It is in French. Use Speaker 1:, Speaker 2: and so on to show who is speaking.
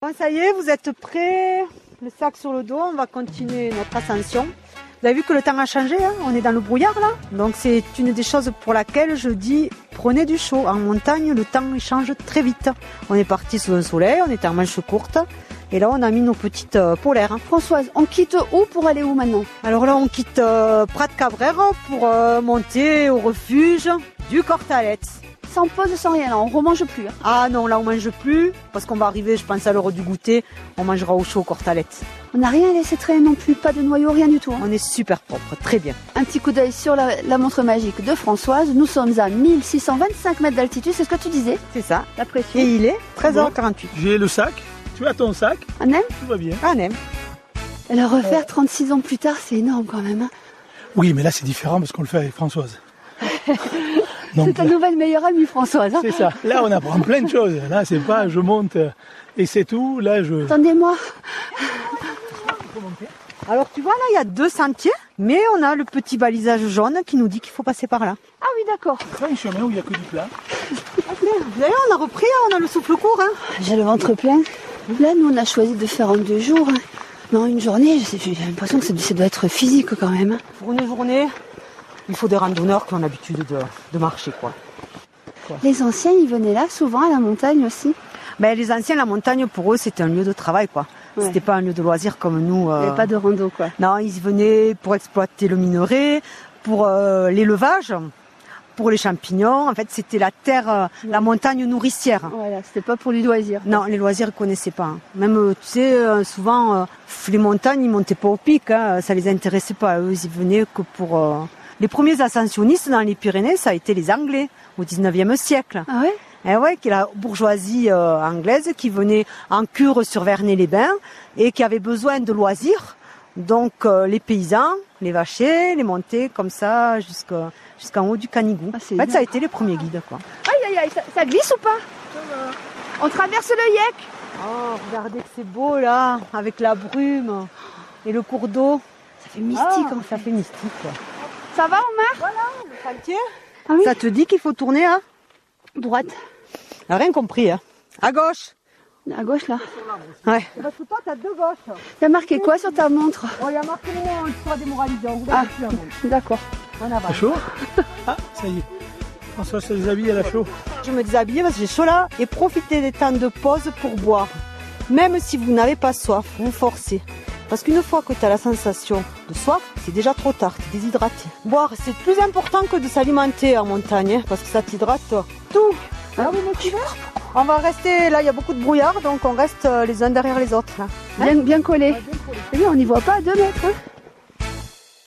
Speaker 1: Bon, ça y est, vous êtes prêts Le sac sur le dos, on va continuer notre ascension. Vous avez vu que le temps a changé, hein on est dans le brouillard là. Donc c'est une des choses pour laquelle je dis prenez du chaud. En montagne, le temps il change très vite. On est parti sous un soleil, on était en manche courte. Et là, on a mis nos petites euh, polaires. hein.
Speaker 2: Françoise, on quitte où pour aller où maintenant
Speaker 1: Alors là, on quitte euh, Prat Cabrera pour euh, monter au refuge du Cortalette.
Speaker 2: Sans pause, sans rien, là, on remange plus. hein.
Speaker 1: Ah non, là, on mange plus parce qu'on va arriver, je pense, à l'heure du goûter. On mangera au chaud au Cortalette.
Speaker 2: On n'a rien laissé traîner non plus, pas de noyau, rien du tout. hein.
Speaker 1: On est super propre, très bien.
Speaker 2: Un petit coup d'œil sur la, la montre magique de Françoise. Nous sommes à 1625 mètres d'altitude, c'est ce que tu disais
Speaker 1: C'est ça.
Speaker 2: La
Speaker 1: Et
Speaker 2: pression.
Speaker 1: il est 13h48.
Speaker 3: J'ai le sac. Tu as ton sac.
Speaker 2: On aime
Speaker 3: Tout va bien.
Speaker 1: Ah, on aime.
Speaker 2: Le refaire 36 ans plus tard, c'est énorme quand même. hein.
Speaker 3: Oui, mais là, c'est différent parce qu'on le fait avec Françoise.
Speaker 2: C'est
Speaker 3: Donc,
Speaker 2: ta nouvelle meilleure amie, Françoise. hein.
Speaker 3: c'est ça. Là, on apprend plein de choses. Là, c'est pas je monte euh, et c'est tout. Là, je.
Speaker 2: Attendez-moi.
Speaker 1: Alors tu vois là, il y a deux sentiers, mais on a le petit balisage jaune qui nous dit qu'il faut passer par là.
Speaker 2: Ah oui, d'accord.
Speaker 3: C'est pas un chemin où il n'y a que du plat.
Speaker 1: Ah, D'ailleurs, on a repris, hein, on a le souffle court. Hein.
Speaker 2: J'ai le ventre plein. Là, nous, on a choisi de faire en deux jours. hein. Mais en une journée, je sais- j'ai l'impression que ça, ça doit être physique quand même. hein.
Speaker 1: Pour une journée, il faut des randonneurs qui ont l'habitude de, de marcher. quoi.
Speaker 2: Les anciens, ils venaient là souvent à la montagne aussi.
Speaker 1: Mais Ben, les anciens, la montagne, pour eux, c'était un lieu de travail. quoi.
Speaker 2: Ouais.
Speaker 1: C'était pas un lieu de loisir comme nous.
Speaker 2: Il n'y
Speaker 1: euh,
Speaker 3: Ah.
Speaker 2: avait pas de rando, quoi.
Speaker 1: Non, ils venaient pour exploiter le minerai, pour euh, l'élevage, pour les champignons. En fait, c'était la terre, euh, la montagne nourricière.
Speaker 2: Voilà, c'était pas pour du loisir.
Speaker 1: Non, les loisirs, ils connaissaient pas. hein. Même, euh, tu sais, euh, souvent, euh, pff, les montagnes, ils montaient pas au pic, hein, ça les intéressait pas. Eux, ils venaient que pour... euh, Les premiers ascensionnistes dans les Pyrénées, ça a été les Anglais, au 19e siècle.
Speaker 2: Ah ouais
Speaker 1: Eh ouais, qui est la bourgeoisie euh, anglaise qui venait en cure sur Vernet-les-Bains et qui avait besoin de loisirs. Donc, euh, les paysans, les vachers, les montaient comme ça jusqu'à- jusqu'en haut du Canigou.
Speaker 2: Ah,
Speaker 1: en
Speaker 2: c'est
Speaker 1: fait,
Speaker 2: bien.
Speaker 1: ça a été les premiers guides, quoi.
Speaker 2: Aïe, aïe, aïe, ça, ça glisse ou pas On traverse le Yec
Speaker 1: Oh, regardez que c'est beau là, avec la brume et le cours d'eau.
Speaker 2: Ça fait mystique,
Speaker 1: Ah,
Speaker 2: en fait.
Speaker 1: ça fait mystique. quoi.
Speaker 2: Ça va, Omar Ah
Speaker 1: Ça te dit qu'il faut tourner, hein
Speaker 2: Droite.
Speaker 1: On a Rien compris, hein À gauche
Speaker 2: À gauche, là.
Speaker 1: Ouais. Parce que toi, t'as deux gauches.
Speaker 2: T'as marqué quoi sur ta montre
Speaker 1: il y a marqué le mot, tu sois démoralisé. On
Speaker 2: Ah. D'accord.
Speaker 1: En
Speaker 3: À chaud Ah, ça y est. Françoise se déshabille à la chaud.
Speaker 1: Je me déshabillais parce que j'ai chaud là et profitez des temps de pause pour boire. Même si vous n'avez pas soif, vous forcez. Parce qu'une fois que tu as la sensation de soif, c'est déjà trop tard, t'es déshydraté. Boire, c'est plus important que de s'alimenter en montagne, hein, parce que ça t'hydrate tout. Ah oui, mais tu veux On va rester, là il y a beaucoup de brouillard, donc on reste euh, les uns derrière les autres. là.
Speaker 2: Bien, bien collé. Eh bien, on n'y voit pas à deux mètres. hein.